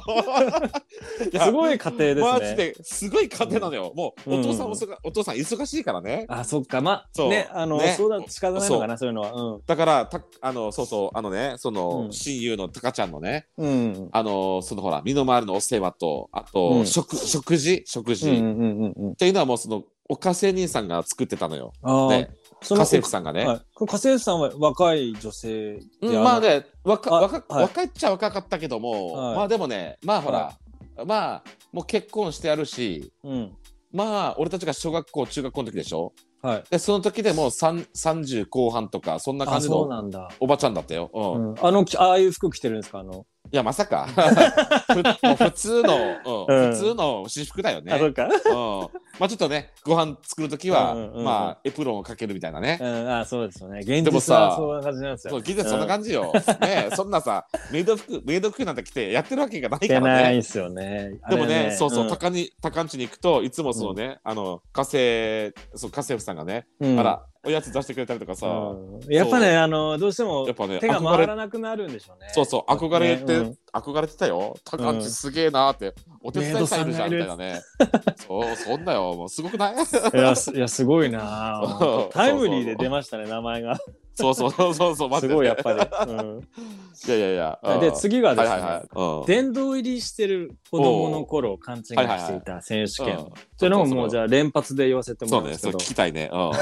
Speaker 2: い や
Speaker 1: すごい家庭ですね
Speaker 2: マジですごい家庭なのよ。も
Speaker 1: う
Speaker 2: う
Speaker 1: ん
Speaker 2: お父さんもそがお父さん忙しいからね。
Speaker 1: あそっかまあ
Speaker 2: そう
Speaker 1: ねあの
Speaker 2: ね
Speaker 1: そうだ仕方ないのかなそういうのは
Speaker 2: だからたあのそうそうあのねその、
Speaker 1: うん
Speaker 2: 親友のタカちゃんのね
Speaker 1: うんうん
Speaker 2: あのそのほら身の回りのお世話とあと、
Speaker 1: うん
Speaker 2: 食食事食事、
Speaker 1: うん
Speaker 2: っ
Speaker 1: うんうんうん
Speaker 2: ていうのはもうそのお家政人さんが作ってたのよ。
Speaker 1: ああ
Speaker 2: ね、
Speaker 1: そ
Speaker 2: 家
Speaker 1: の
Speaker 2: 政婦さんがね。
Speaker 1: はいこの家政婦さんは若い女性で
Speaker 2: うん
Speaker 1: の
Speaker 2: まあね若
Speaker 1: あ
Speaker 2: 若
Speaker 1: はい
Speaker 2: 若いっちゃ若かったけども、
Speaker 1: はい
Speaker 2: まあでもねまあほら、
Speaker 1: は
Speaker 2: まあもう結婚してあるし
Speaker 1: うん
Speaker 2: まあ俺たちが小学校中学校の時でしょ。
Speaker 1: はい
Speaker 2: でその時でもう3 30後半とかそんな感
Speaker 1: あ
Speaker 2: じ
Speaker 1: そう
Speaker 2: の
Speaker 1: なんだ
Speaker 2: おばちゃんだったよ。うん
Speaker 1: う
Speaker 2: い
Speaker 1: んあのきああいう服着てるんですかあの
Speaker 2: やま さかふもう普通の、うん
Speaker 1: うん
Speaker 2: 普通の私服だよね。
Speaker 1: あ
Speaker 2: う
Speaker 1: そ
Speaker 2: ん
Speaker 1: うか
Speaker 2: まあちょっとねご飯作る時は、
Speaker 1: うんうんうん
Speaker 2: まあエプロンをかけるみたいなね。
Speaker 1: うん、あそうですよね。現
Speaker 2: でも
Speaker 1: 実
Speaker 2: さ
Speaker 1: はそんな感じなんです
Speaker 2: そ
Speaker 1: よ。
Speaker 2: う技術そんな感じよ。ねそんなさメイド服メイド服なんて着てやってるわけがない
Speaker 1: い
Speaker 2: か
Speaker 1: け
Speaker 2: ら
Speaker 1: ない
Speaker 2: ね。
Speaker 1: ですよね。
Speaker 2: でもねそうそ
Speaker 1: あ
Speaker 2: う、
Speaker 1: れ
Speaker 2: 高に高んちに行くといつもそのね、あの家政そう家政婦さんがね、
Speaker 1: うん、
Speaker 2: あらおやつ出してくれたりとかさ、
Speaker 1: うんやっぱね、あの、どうしても
Speaker 2: やっぱね
Speaker 1: 手が
Speaker 2: 憧れ
Speaker 1: 回らなくなるんでしょうね。
Speaker 2: そうそう憧れて、
Speaker 1: ねうん
Speaker 2: 憧れてたよ高橋
Speaker 1: うん
Speaker 2: すげえなーって、お手伝いさんいるじゃんみ
Speaker 1: メ
Speaker 2: た
Speaker 1: イドさ
Speaker 2: いなねそうそんなよもうすごくない
Speaker 1: いや、すいやすごいなぁ
Speaker 2: そう
Speaker 1: タイムリーで出ましたね、名前が。
Speaker 2: そうそうそうそうそう
Speaker 1: すごい、やっ
Speaker 2: り
Speaker 1: ぱり。うん
Speaker 2: いやいやいやうん
Speaker 1: で、次がで
Speaker 2: は
Speaker 1: す
Speaker 2: い
Speaker 1: ね、
Speaker 2: はいはいう
Speaker 1: 殿
Speaker 2: ん
Speaker 1: 堂入りしてる子供の頃を勘違いしていた選手権。
Speaker 2: うん
Speaker 1: っていうのも、
Speaker 2: ちょっとそれ
Speaker 1: も
Speaker 2: を
Speaker 1: うじゃあ連発で言わせてもら
Speaker 2: そう
Speaker 1: うんで
Speaker 2: ね
Speaker 1: す
Speaker 2: そ
Speaker 1: け
Speaker 2: れ
Speaker 1: ど
Speaker 2: 聞、きたいねうん うん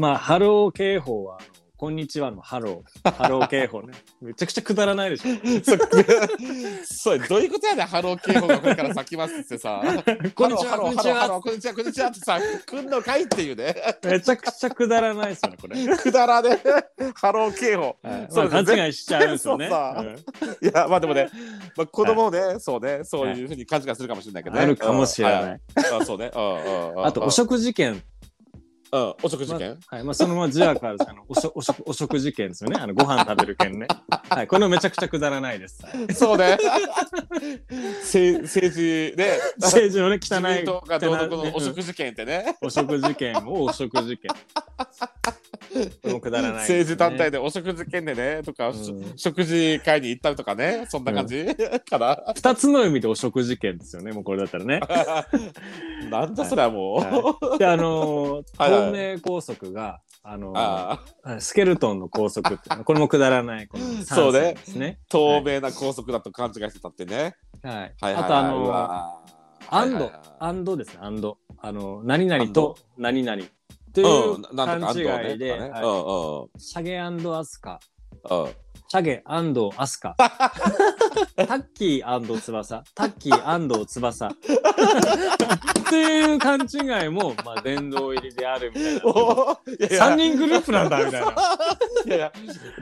Speaker 1: まあ、ハロー警報は、あのこんにちはのハロー、ハロー警報ね。 めちゃくちゃくだらないでしょ。
Speaker 2: そそうどういうことやねんハロー警報がこれから咲きますってさ
Speaker 1: こんにちは
Speaker 2: ハロー
Speaker 1: こんにちは
Speaker 2: ハローハローこんにちはこんにちはってさ来んのかいっていうね
Speaker 1: めちゃくちゃくだらないですよね、これ。
Speaker 2: くだらねハロー警報
Speaker 1: そう
Speaker 2: ですね
Speaker 1: 勘違いしちゃうんですよね。
Speaker 2: そうさ
Speaker 1: うん
Speaker 2: いやまあでもね、まあ、子供をね、そうねそういうふうに勘違いするかもしれないけどね、
Speaker 1: あるかもしれ
Speaker 2: うんは
Speaker 1: ない。
Speaker 2: あそうねうんうんうん
Speaker 1: あと、お食事券
Speaker 2: うん、お食事券、
Speaker 1: はいまあ、そのままジアからあのおしょおしょお食事券ですよねあのご飯食べる券ね、はい、これもめちゃくちゃくだらないです
Speaker 2: そうね。 せ政治で、
Speaker 1: 政治のね汚
Speaker 2: 自民
Speaker 1: い
Speaker 2: 党がどうのこう
Speaker 1: 汚い
Speaker 2: のお食事券ってね、
Speaker 1: お食事券をお食事 券これもくだらないですね、
Speaker 2: 政治団体でお食事券でね、とか、
Speaker 1: うん
Speaker 2: 食事会に行ったりとかね、そんな感じ、から。
Speaker 1: 二つの意味でお食事券ですよねもうこれだったらね
Speaker 2: なんだそれはもう。
Speaker 1: はいであのー
Speaker 2: はいはい
Speaker 1: 透明高速があのー
Speaker 2: ああ
Speaker 1: スケルトンの高速っていうのこれもくだらない この
Speaker 2: そ
Speaker 1: 三線
Speaker 2: うね
Speaker 1: ですね
Speaker 2: 透明な高速だと勘違いしてたってね。
Speaker 1: はい
Speaker 2: はいはい
Speaker 1: あ
Speaker 2: はい、
Speaker 1: とあの
Speaker 2: う
Speaker 1: ー
Speaker 2: わー
Speaker 1: アン
Speaker 2: はい
Speaker 1: ド
Speaker 2: はいはい、
Speaker 1: アンドですねアンドあの何々と何々っていううん
Speaker 2: な
Speaker 1: 勘
Speaker 2: んとか
Speaker 1: 違いで、
Speaker 2: 安藤ね
Speaker 1: はいシャゲアスカ
Speaker 2: うんうんうん。
Speaker 1: シャゲアス カタッキー翼タッキー 翼っていう勘違いも、まあ、殿堂入りであるみたいな
Speaker 2: お
Speaker 1: 3人グループなんだみたいな
Speaker 2: いやいや、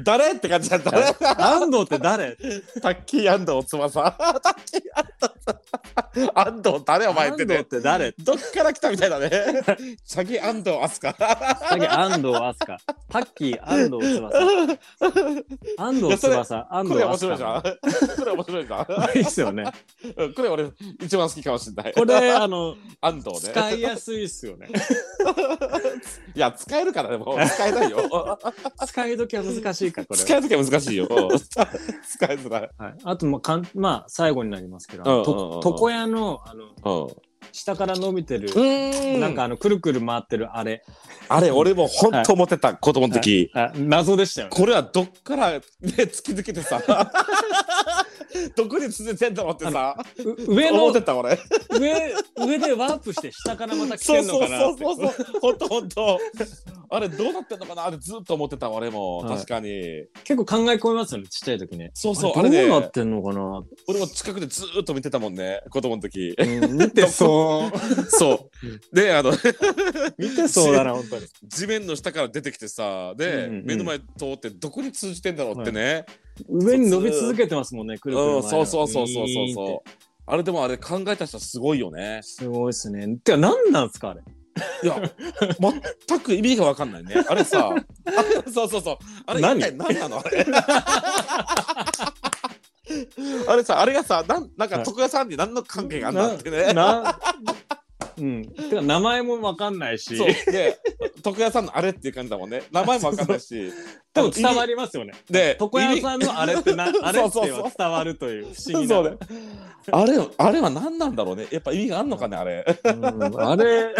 Speaker 2: 誰って感じだったね。
Speaker 1: 安藤って誰
Speaker 2: タッキー安藤翼。タッキー安藤翼。安藤誰お前
Speaker 1: 安
Speaker 2: っ
Speaker 1: 藤
Speaker 2: て
Speaker 1: っ
Speaker 2: ね。
Speaker 1: て誰
Speaker 2: どっから来たみたい だね。チャギ安藤飛鳥。
Speaker 1: だけど安藤飛鳥、タッキー安藤翼、安藤翼、安
Speaker 2: こ
Speaker 1: 藤
Speaker 2: れ面白い
Speaker 1: 飛
Speaker 2: じゃん。
Speaker 1: 鳥。
Speaker 2: これ面白いじゃん。
Speaker 1: いいっすよね。
Speaker 2: うんこれ俺一番好きかもしれない。
Speaker 1: これあの
Speaker 2: 安藤ね。
Speaker 1: 使いやすいっすよね。
Speaker 2: いや、使えるからね、もう使えな いよ。
Speaker 1: 使い時は難しいかこれ
Speaker 2: 使。えるときは難し いよ。使えづらい。
Speaker 1: はい。あとまあかんまあ最後になりますけど、
Speaker 2: うんうんうん
Speaker 1: と床屋のあの
Speaker 2: うん。
Speaker 1: 下から伸びてる、
Speaker 2: うん
Speaker 1: なんかあのくるくる回ってるあれ、
Speaker 2: あれ、俺も本当思ってた、子供の時。
Speaker 1: あ謎でしたよね。
Speaker 2: これはどっから、ね、突き抜け てさ、どこに続いてんだろうってさ、
Speaker 1: う上
Speaker 2: 思っ
Speaker 1: の
Speaker 2: てた俺。
Speaker 1: 上上でワープして下からまた来
Speaker 2: そ
Speaker 1: て
Speaker 2: うん
Speaker 1: の
Speaker 2: そ
Speaker 1: か
Speaker 2: う
Speaker 1: な
Speaker 2: そ
Speaker 1: っ
Speaker 2: う
Speaker 1: て。
Speaker 2: そうそう、ほんとほんと。あれ、どうなってんのかなってずっと思ってた俺も、
Speaker 1: はい
Speaker 2: 確かに。
Speaker 1: 結構考え込みますよね。ちっちゃい時ね。
Speaker 2: そうそう、あ
Speaker 1: あれ
Speaker 2: れ
Speaker 1: どうな
Speaker 2: ね
Speaker 1: っ、てんのかな って。
Speaker 2: 俺も近くでずっと見てたもんね、子供の時。
Speaker 1: うん見 てそう。
Speaker 2: そう。で、あの、
Speaker 1: 見てそうだな、本当に。
Speaker 2: 地面の下から出てきてさ、で、
Speaker 1: うんうん
Speaker 2: 目の前通ってどこに通じてんだろうってね。
Speaker 1: 上に伸び続けてますもんね、くるくる前
Speaker 2: う
Speaker 1: が。
Speaker 2: ん、そうそうそうそうそう
Speaker 1: ウィーンっ
Speaker 2: そ
Speaker 1: て
Speaker 2: う。あれでもあれ考えた人はすごいよね。
Speaker 1: すごいっすね。てか、何なんすか、あれ。
Speaker 2: いや、全く意味がわかんないね。あれさ、あ れそうそうそう。あれ
Speaker 1: 何
Speaker 2: 一体何なのあれ。 あれさ、あれがさ、なんなんか床屋さんに何の関係があんだってね。
Speaker 1: な。 うん。てか、名前もわかんないし。
Speaker 2: そうで床屋さんのあれっていう感じだもんね名前もわかんないし
Speaker 1: でも伝わりますよね。
Speaker 2: で
Speaker 1: 床屋さんのあれって な、あれって
Speaker 2: そうそうそ
Speaker 1: は
Speaker 2: う
Speaker 1: 伝わるという不思議
Speaker 2: そう
Speaker 1: な
Speaker 2: ね。あれあれは何なんだろうねやっぱ意味があんのかねあれ
Speaker 1: うんあれ、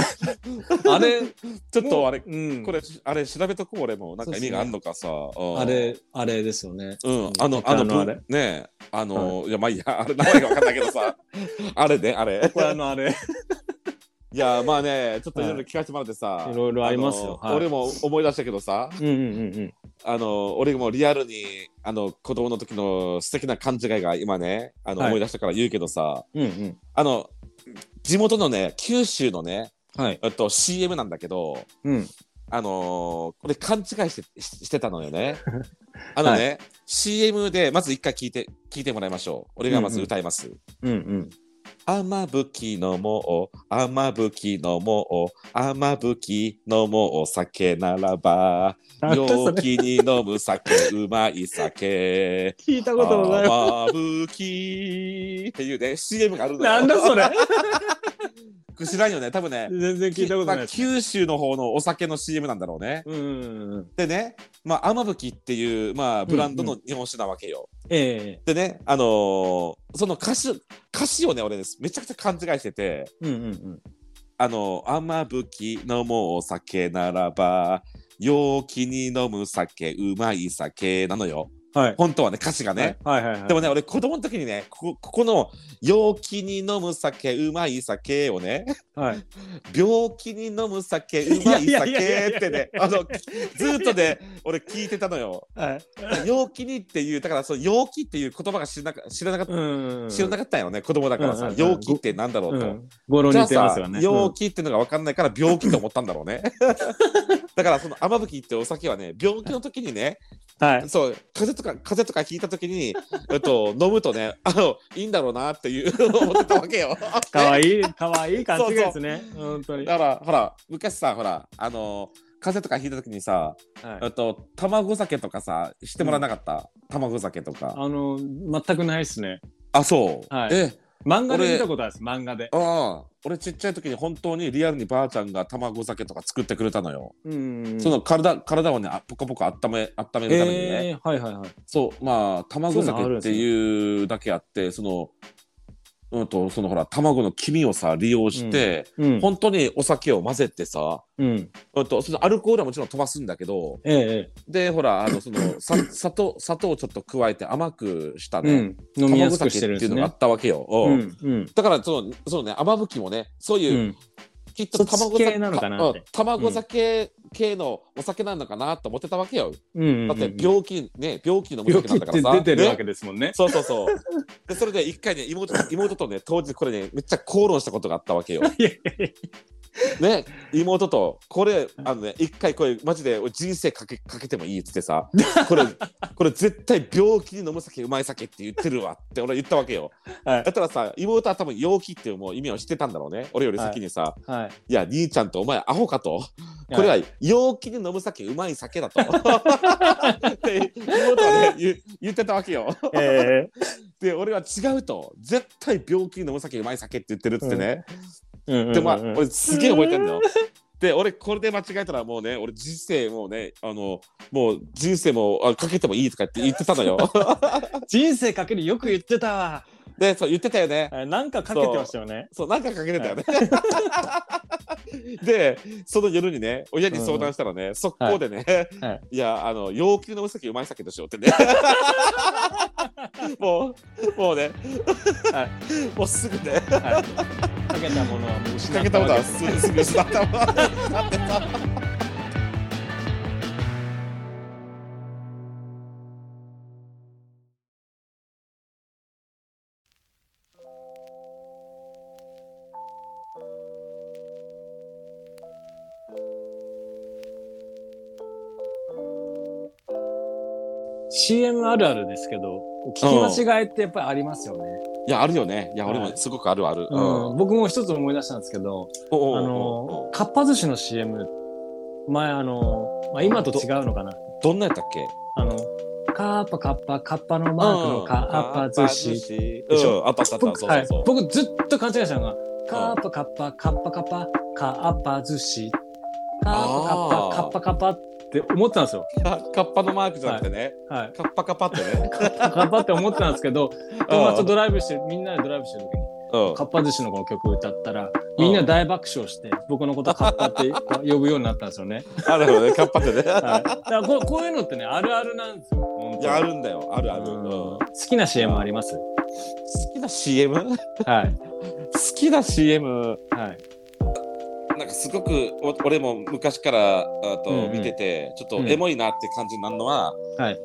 Speaker 1: あれ、
Speaker 2: ちょっとあれ
Speaker 1: うん。
Speaker 2: これあれ調べとこう俺もなんか意味があんのかさ、うん
Speaker 1: あれ、あれですよね。
Speaker 2: うん、あの、
Speaker 1: 床
Speaker 2: あ
Speaker 1: 屋
Speaker 2: の、
Speaker 1: のあれ
Speaker 2: ねえ、あの、い、や、まあ、いいや、あれ、名前がわかんないけ どさ、あれね、あれ。
Speaker 1: これ、あの、あれ。
Speaker 2: いや、まあね、ちょっといろいろ
Speaker 1: はい
Speaker 2: 聞かせてもらってさ、
Speaker 1: いろいろありますよ
Speaker 2: あの
Speaker 1: はい
Speaker 2: 俺も思い出したけどさ、
Speaker 1: うんうんうんうん。
Speaker 2: あの、俺もリアルに、あの、子供の時の素敵な勘違いが今ね、あの、
Speaker 1: はい
Speaker 2: 思い出したから言うけどさ、
Speaker 1: うんうん。
Speaker 2: あの、地元のね、九州のね、
Speaker 1: はい。
Speaker 2: えっと、CM なんだけど、
Speaker 1: うん。
Speaker 2: あのーこれ勘違いしてししてたのよ ね。あのね、CM でまず一回聞いて聞いてもらいましょう。俺がまず歌います。
Speaker 1: うん うん。
Speaker 2: 雨吹きのもう、雨吹きのもう、雨吹きのもう酒ならば、
Speaker 1: なんだそ
Speaker 2: 陽
Speaker 1: れ
Speaker 2: 気に飲む酒、うまい酒。
Speaker 1: 聞いたこともない。
Speaker 2: 雨吹きっていうね、CM があるのよ。
Speaker 1: なんだそ れ。
Speaker 2: 知らんよね、多分ね。
Speaker 1: 全然聞いたことない
Speaker 2: まあ
Speaker 1: です。
Speaker 2: 九州の方のお酒の CM なんだろうね。
Speaker 1: うんうんうん。
Speaker 2: でね、まあ、雨吹きっていう、まあ、ブランドの日本酒なわけよ。
Speaker 1: え
Speaker 2: でね、あのーその歌詞歌詞をね、俺です。めちゃくちゃ勘違いしてて、
Speaker 1: えうんうん
Speaker 2: あのー雨吹き飲もうお酒ならば、陽気に飲む酒、うまい酒なのよ。
Speaker 1: うん。はい。
Speaker 2: 本当はね、歌詞がね。。
Speaker 1: はいはいはい。
Speaker 2: でもね、俺子供の時にね、ここここの陽気に飲む酒、うまい酒をね、
Speaker 1: はい。
Speaker 2: 病気に飲む酒、うまい
Speaker 1: いやいやいやいや
Speaker 2: 酒ってね、あの、ずーっとね、俺聞いてたのよ。
Speaker 1: はい。
Speaker 2: 陽気にっていうだからその陽気っていう言葉が知らなか知らなかった、
Speaker 1: うん。
Speaker 2: 知らなかったよね子供だからさ、
Speaker 1: うんうんうん
Speaker 2: 陽気ってなんだろう
Speaker 1: う
Speaker 2: と、
Speaker 1: ん。語呂
Speaker 2: じゃ
Speaker 1: 似
Speaker 2: あ
Speaker 1: てます
Speaker 2: さ、
Speaker 1: よね。
Speaker 2: 陽気っていうのが分かんない から病気と思ったんだろうねだからその雨吹きってお酒はね病気の時にね
Speaker 1: はい。
Speaker 2: そう風邪とか風邪とか聞いた時に、えっと、飲むとねあのいいんだろうなっていう思ってたわけよ。
Speaker 1: かわいい、かわいい勘違いですね。本当に。は
Speaker 2: だからほら昔さほらあの風邪とかひいた時にさ、え
Speaker 1: い。
Speaker 2: っと、卵酒とかさしてもらわなかった、卵酒とか
Speaker 1: あの、全くないですね。
Speaker 2: あそう、
Speaker 1: はい
Speaker 2: え
Speaker 1: 漫画で見たことあるです、漫画で。
Speaker 2: ああ俺ちっちゃい時に本当にリアルにばあちゃんが卵酒とか作ってくれたのよ、
Speaker 1: うん。
Speaker 2: その体体をねあポカポカ温め温めるためにね、
Speaker 1: えーはいはいはい。
Speaker 2: そうまあ卵酒っていうだけあってそのうんとそのほら卵の黄身をさ利用して、
Speaker 1: うん。
Speaker 2: 本当にお酒を混ぜてさ、
Speaker 1: うん。
Speaker 2: うん、とそのアルコールはもちろん飛ばすんだけど
Speaker 1: えええ
Speaker 2: でほらあのその さ砂糖砂糖をちょっと加えて甘くした
Speaker 1: え。う
Speaker 2: ね、
Speaker 1: ん。飲みや
Speaker 2: 卵
Speaker 1: すくして
Speaker 2: 酒
Speaker 1: る
Speaker 2: っ
Speaker 1: んで
Speaker 2: てい
Speaker 1: す
Speaker 2: うのがあ
Speaker 1: ね
Speaker 2: っ。たわけよ。
Speaker 1: う
Speaker 2: うん
Speaker 1: ん。うん。
Speaker 2: だからそのそのね甘吹きもねそう
Speaker 1: う
Speaker 2: いう、
Speaker 1: ん。
Speaker 2: きっと卵
Speaker 1: そっ
Speaker 2: 酒
Speaker 1: ち系なのかなって
Speaker 2: うん卵酒系のお酒なのかなと思ってたわけよ。
Speaker 1: うん。
Speaker 2: だって
Speaker 1: 病
Speaker 2: 病気ね病気のお酒
Speaker 1: 気
Speaker 2: なんだからさ。
Speaker 1: って出てるわ
Speaker 2: ね
Speaker 1: けですもんね。
Speaker 2: そうそうそう。で、それで一回ね、妹妹とね、当時これね、めっちゃ口論したことがあったわけよ。
Speaker 1: いやいやい
Speaker 2: ね、妹と、これ、あのね、一回これ、マジで俺人生かけかけてもいいっつってさ、これ、これ絶対病気に飲む酒、うまい酒って言ってるわって俺言ったわけよ。
Speaker 1: やはい
Speaker 2: だったらさ、妹は多分陽気っていうもう意味を知ってたんだろうね。俺より先にさ、い、
Speaker 1: はい。
Speaker 2: や、兄ちゃんとお前アホかと。これは陽気に飲む酒、うまい酒 だと。って妹はね、言う言ってたわけよ。
Speaker 1: え
Speaker 2: で俺は違うと絶対病気に飲む酒うまい酒って言ってるっつってね、
Speaker 1: えうんうんうんうん
Speaker 2: でまあ俺すげえ覚えてんのよで俺これで間違えたらもうね俺人生もうねあのもう人生もあかけてもいいとかって言って たのよ
Speaker 1: 人生かけるよく言ってたわ。
Speaker 2: でそう言ってたよね
Speaker 1: あなんかかけてましたよね。
Speaker 2: そうなんかかけてたよね、 でその夜にね親に相談したらね、速攻でね、、
Speaker 1: はいはい
Speaker 2: やあの陽気に飲む酒うまい酒でしょっ てねもうもうね、
Speaker 1: は
Speaker 2: もうすぐね
Speaker 1: はいかけたものはもう失
Speaker 2: 仕
Speaker 1: っ
Speaker 2: 掛けたこと
Speaker 1: わ
Speaker 2: は
Speaker 1: です
Speaker 2: すすぐ失ったわ。
Speaker 1: CM あるあるですけど、聞き間違いってやっぱりありますよね。
Speaker 2: いや、あるよね。いや、俺
Speaker 1: は
Speaker 2: も
Speaker 1: い
Speaker 2: すごくあるある。うん。
Speaker 1: うん、僕も一つ思い出したんですけど、あの、かっぱ寿司の CM、前あの、まあ、今と違うのかな。
Speaker 2: どんなやったっけ
Speaker 1: あの、カッパカッパ、カッパのマークのカッパ寿司。
Speaker 2: 司
Speaker 1: でしょ
Speaker 2: うん、あったあったあった。そう
Speaker 1: 僕、は
Speaker 2: そう
Speaker 1: い
Speaker 2: そう。、
Speaker 1: 僕ずっと勘違いしたのが、カッパカッパ、カッパカッパ、カッパ寿司。カッパカッパ、カッパカッパって思ってたんですよ。
Speaker 2: カッパのマークじゃなくてね、
Speaker 1: はい。
Speaker 2: カッパカッパってね。
Speaker 1: カッパって思ってたんですけど、友達とドライブしてる、みんなでドライブしてる時に、
Speaker 2: うん
Speaker 1: かっぱ寿司のこの曲歌ったら、みんな大爆笑して、僕のことカッパって呼ぶようになったんですよね。
Speaker 2: あるよね、カッパってね。
Speaker 1: はい。だからこうこういうのってね、あるあるなんですよ。本当
Speaker 2: いや、あるんだよ。あるある。う
Speaker 1: うん
Speaker 2: ん
Speaker 1: 好
Speaker 2: 好
Speaker 1: きな CM あります
Speaker 2: きな CM? 好
Speaker 1: はい。
Speaker 2: きな CM。
Speaker 1: はい。
Speaker 2: なんかすごくお俺も昔からあ
Speaker 1: うんう
Speaker 2: と
Speaker 1: ん
Speaker 2: 見てて、ちょっ
Speaker 1: うん
Speaker 2: とエモいなって感じになるのは、
Speaker 1: はい。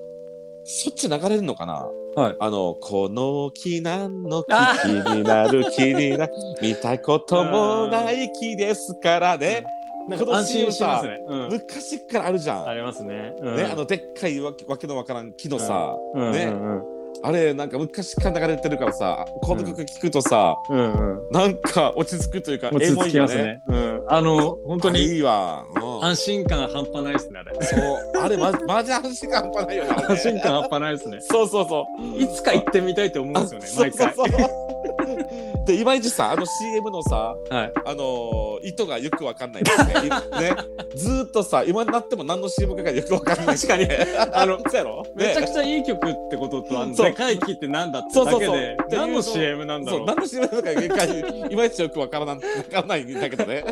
Speaker 2: そっち流れるのかな
Speaker 1: はい。
Speaker 2: あの、この木なんの木
Speaker 1: あ
Speaker 2: 気に なる気になる見たこともない木ですからね。
Speaker 1: なんか安心しますね。うん。
Speaker 2: 昔からあるじゃん。
Speaker 1: ありますね。うん
Speaker 2: ね、あのでっかいわけわけのわからん木のさ、
Speaker 1: うん
Speaker 2: ね
Speaker 1: うん
Speaker 2: あれなんか昔から流れてるからさ、この曲聴くとさ、
Speaker 1: うんうん。
Speaker 2: なんか落ち着くというか、
Speaker 1: もう
Speaker 2: エ
Speaker 1: 続
Speaker 2: モい
Speaker 1: き
Speaker 2: よ
Speaker 1: ます
Speaker 2: ね。
Speaker 1: ね。うん。あの、本当
Speaker 2: 本当に
Speaker 1: に
Speaker 2: いいわ。うん
Speaker 1: 安心感半端ないですね、あれ。
Speaker 2: そう、あ れマジマジ安心感半端ないよね。あれ
Speaker 1: 安心感半端ないですね。
Speaker 2: そうそうそう。
Speaker 1: いつか行ってみたいと思うんですよね、毎回。
Speaker 2: そうそうそう。 で、いまいちさ、あの CM のさ、
Speaker 1: はい。
Speaker 2: あのー、意図がよくわかんないで すね。いねずーっとさ、今になっても何の CM かがよくわかんない。
Speaker 1: 確かに
Speaker 2: あの、そうやろ
Speaker 1: めちゃ
Speaker 2: ね
Speaker 1: くちゃいい曲ってことと、あの、
Speaker 2: そう
Speaker 1: でかい木ってなんだって
Speaker 2: そう
Speaker 1: だ
Speaker 2: そう
Speaker 1: け
Speaker 2: そう
Speaker 1: で
Speaker 2: っ、ていうの
Speaker 1: 何の CM なんだ
Speaker 2: そう、
Speaker 1: ろ
Speaker 2: 何の CM かがよくわかんないいまいちよくわからなんわかんないんだけどね。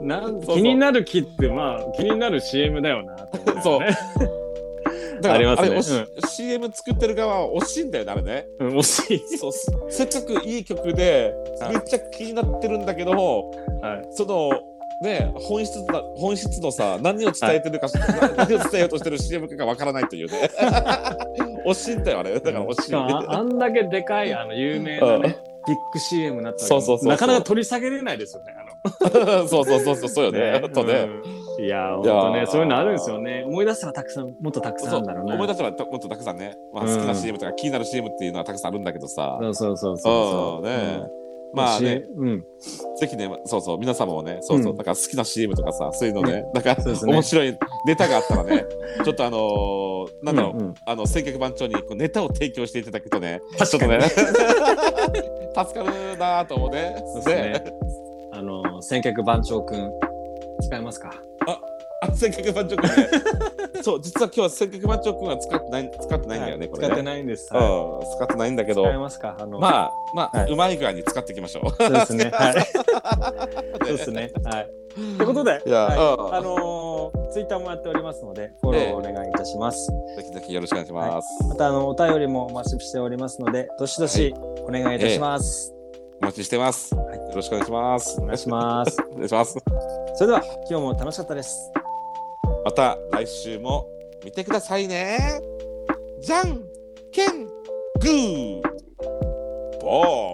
Speaker 1: う。なん
Speaker 2: そうそう
Speaker 1: 気になる木って、まあ、気になる CM だよなと思よね、
Speaker 2: だから
Speaker 1: ありますね
Speaker 2: れ、
Speaker 1: う
Speaker 2: おし
Speaker 1: ん
Speaker 2: CM 作ってる側は惜しいんだよね、あれね。
Speaker 1: うん、惜しい。
Speaker 2: そう、せっかくいい曲で、
Speaker 1: はい
Speaker 2: めっちゃ気になってるんだけど、
Speaker 1: はい。
Speaker 2: そのね本質な本質のさ何を伝えてるか、何を伝えようとしてる CM かがわからないという ね惜しいんだよあれだから惜し
Speaker 1: し
Speaker 2: い
Speaker 1: かもあ、あんだけでかい、あの、有名なね、ビッグ CM になったら
Speaker 2: そうそうそうそう
Speaker 1: なかなか取り下げれないですよね、あの。
Speaker 2: そうそうそうそうそうよねあとね、
Speaker 1: うんいやー、ほん
Speaker 2: いやー
Speaker 1: とね、そういうのあるんですよね。思い出したらたくさん、もっとたくさんあるんだろうね。
Speaker 2: 思い出したらたもっとたくさんね、まあ、
Speaker 1: うん
Speaker 2: 好きな CM とか気になる CM っていうのはたくさんあるんだけどさ、
Speaker 1: そうそうそうそう。
Speaker 2: うんね
Speaker 1: うん
Speaker 2: まあね、、
Speaker 1: うん。
Speaker 2: ぜひねそうそう皆様もねそうそう、
Speaker 1: うん
Speaker 2: だから好きな CM とかさそういうのね、なんか
Speaker 1: そうですね
Speaker 2: 面白いネタがあったらねちょっとあのーなんだろう、
Speaker 1: うんうん
Speaker 2: あの戦脚番長にこうネタを提供していただくとね
Speaker 1: 確
Speaker 2: ち
Speaker 1: か
Speaker 2: ょっと
Speaker 1: に
Speaker 2: ね 助かるなぁと思うね
Speaker 1: そうですね。あの、先客番長くん、使えますか
Speaker 2: あ戦脚番長くんねそう実は今日は戦脚番長くんは使ってない使ってないんだよね、
Speaker 1: は
Speaker 2: これね
Speaker 1: 使ってないんです。
Speaker 2: う
Speaker 1: は
Speaker 2: ん、使ってないんだけ
Speaker 1: い使え
Speaker 2: ど
Speaker 1: ますかあの、
Speaker 2: まあまあ、
Speaker 1: はいう
Speaker 2: まい具合に使っていきましょう
Speaker 1: そうですね。はい。 そうですね。はい。ってことで、
Speaker 2: いや
Speaker 1: はい
Speaker 2: うん
Speaker 1: あのー、ツイッターもやっておりますので、フォローお願いいたします。
Speaker 2: ぜひぜひよろしくお願いします。
Speaker 1: また、あの、お便りもお待ちしておりますので、どしどしお願いいたします。
Speaker 2: お待ちしてます。よ
Speaker 1: はい
Speaker 2: ろしくお願いします。
Speaker 1: お願いします。
Speaker 2: お願いします。
Speaker 1: それでは、今日も楽しかったです。
Speaker 2: また来週も見てくださいね。じゃんけんグー。ボー。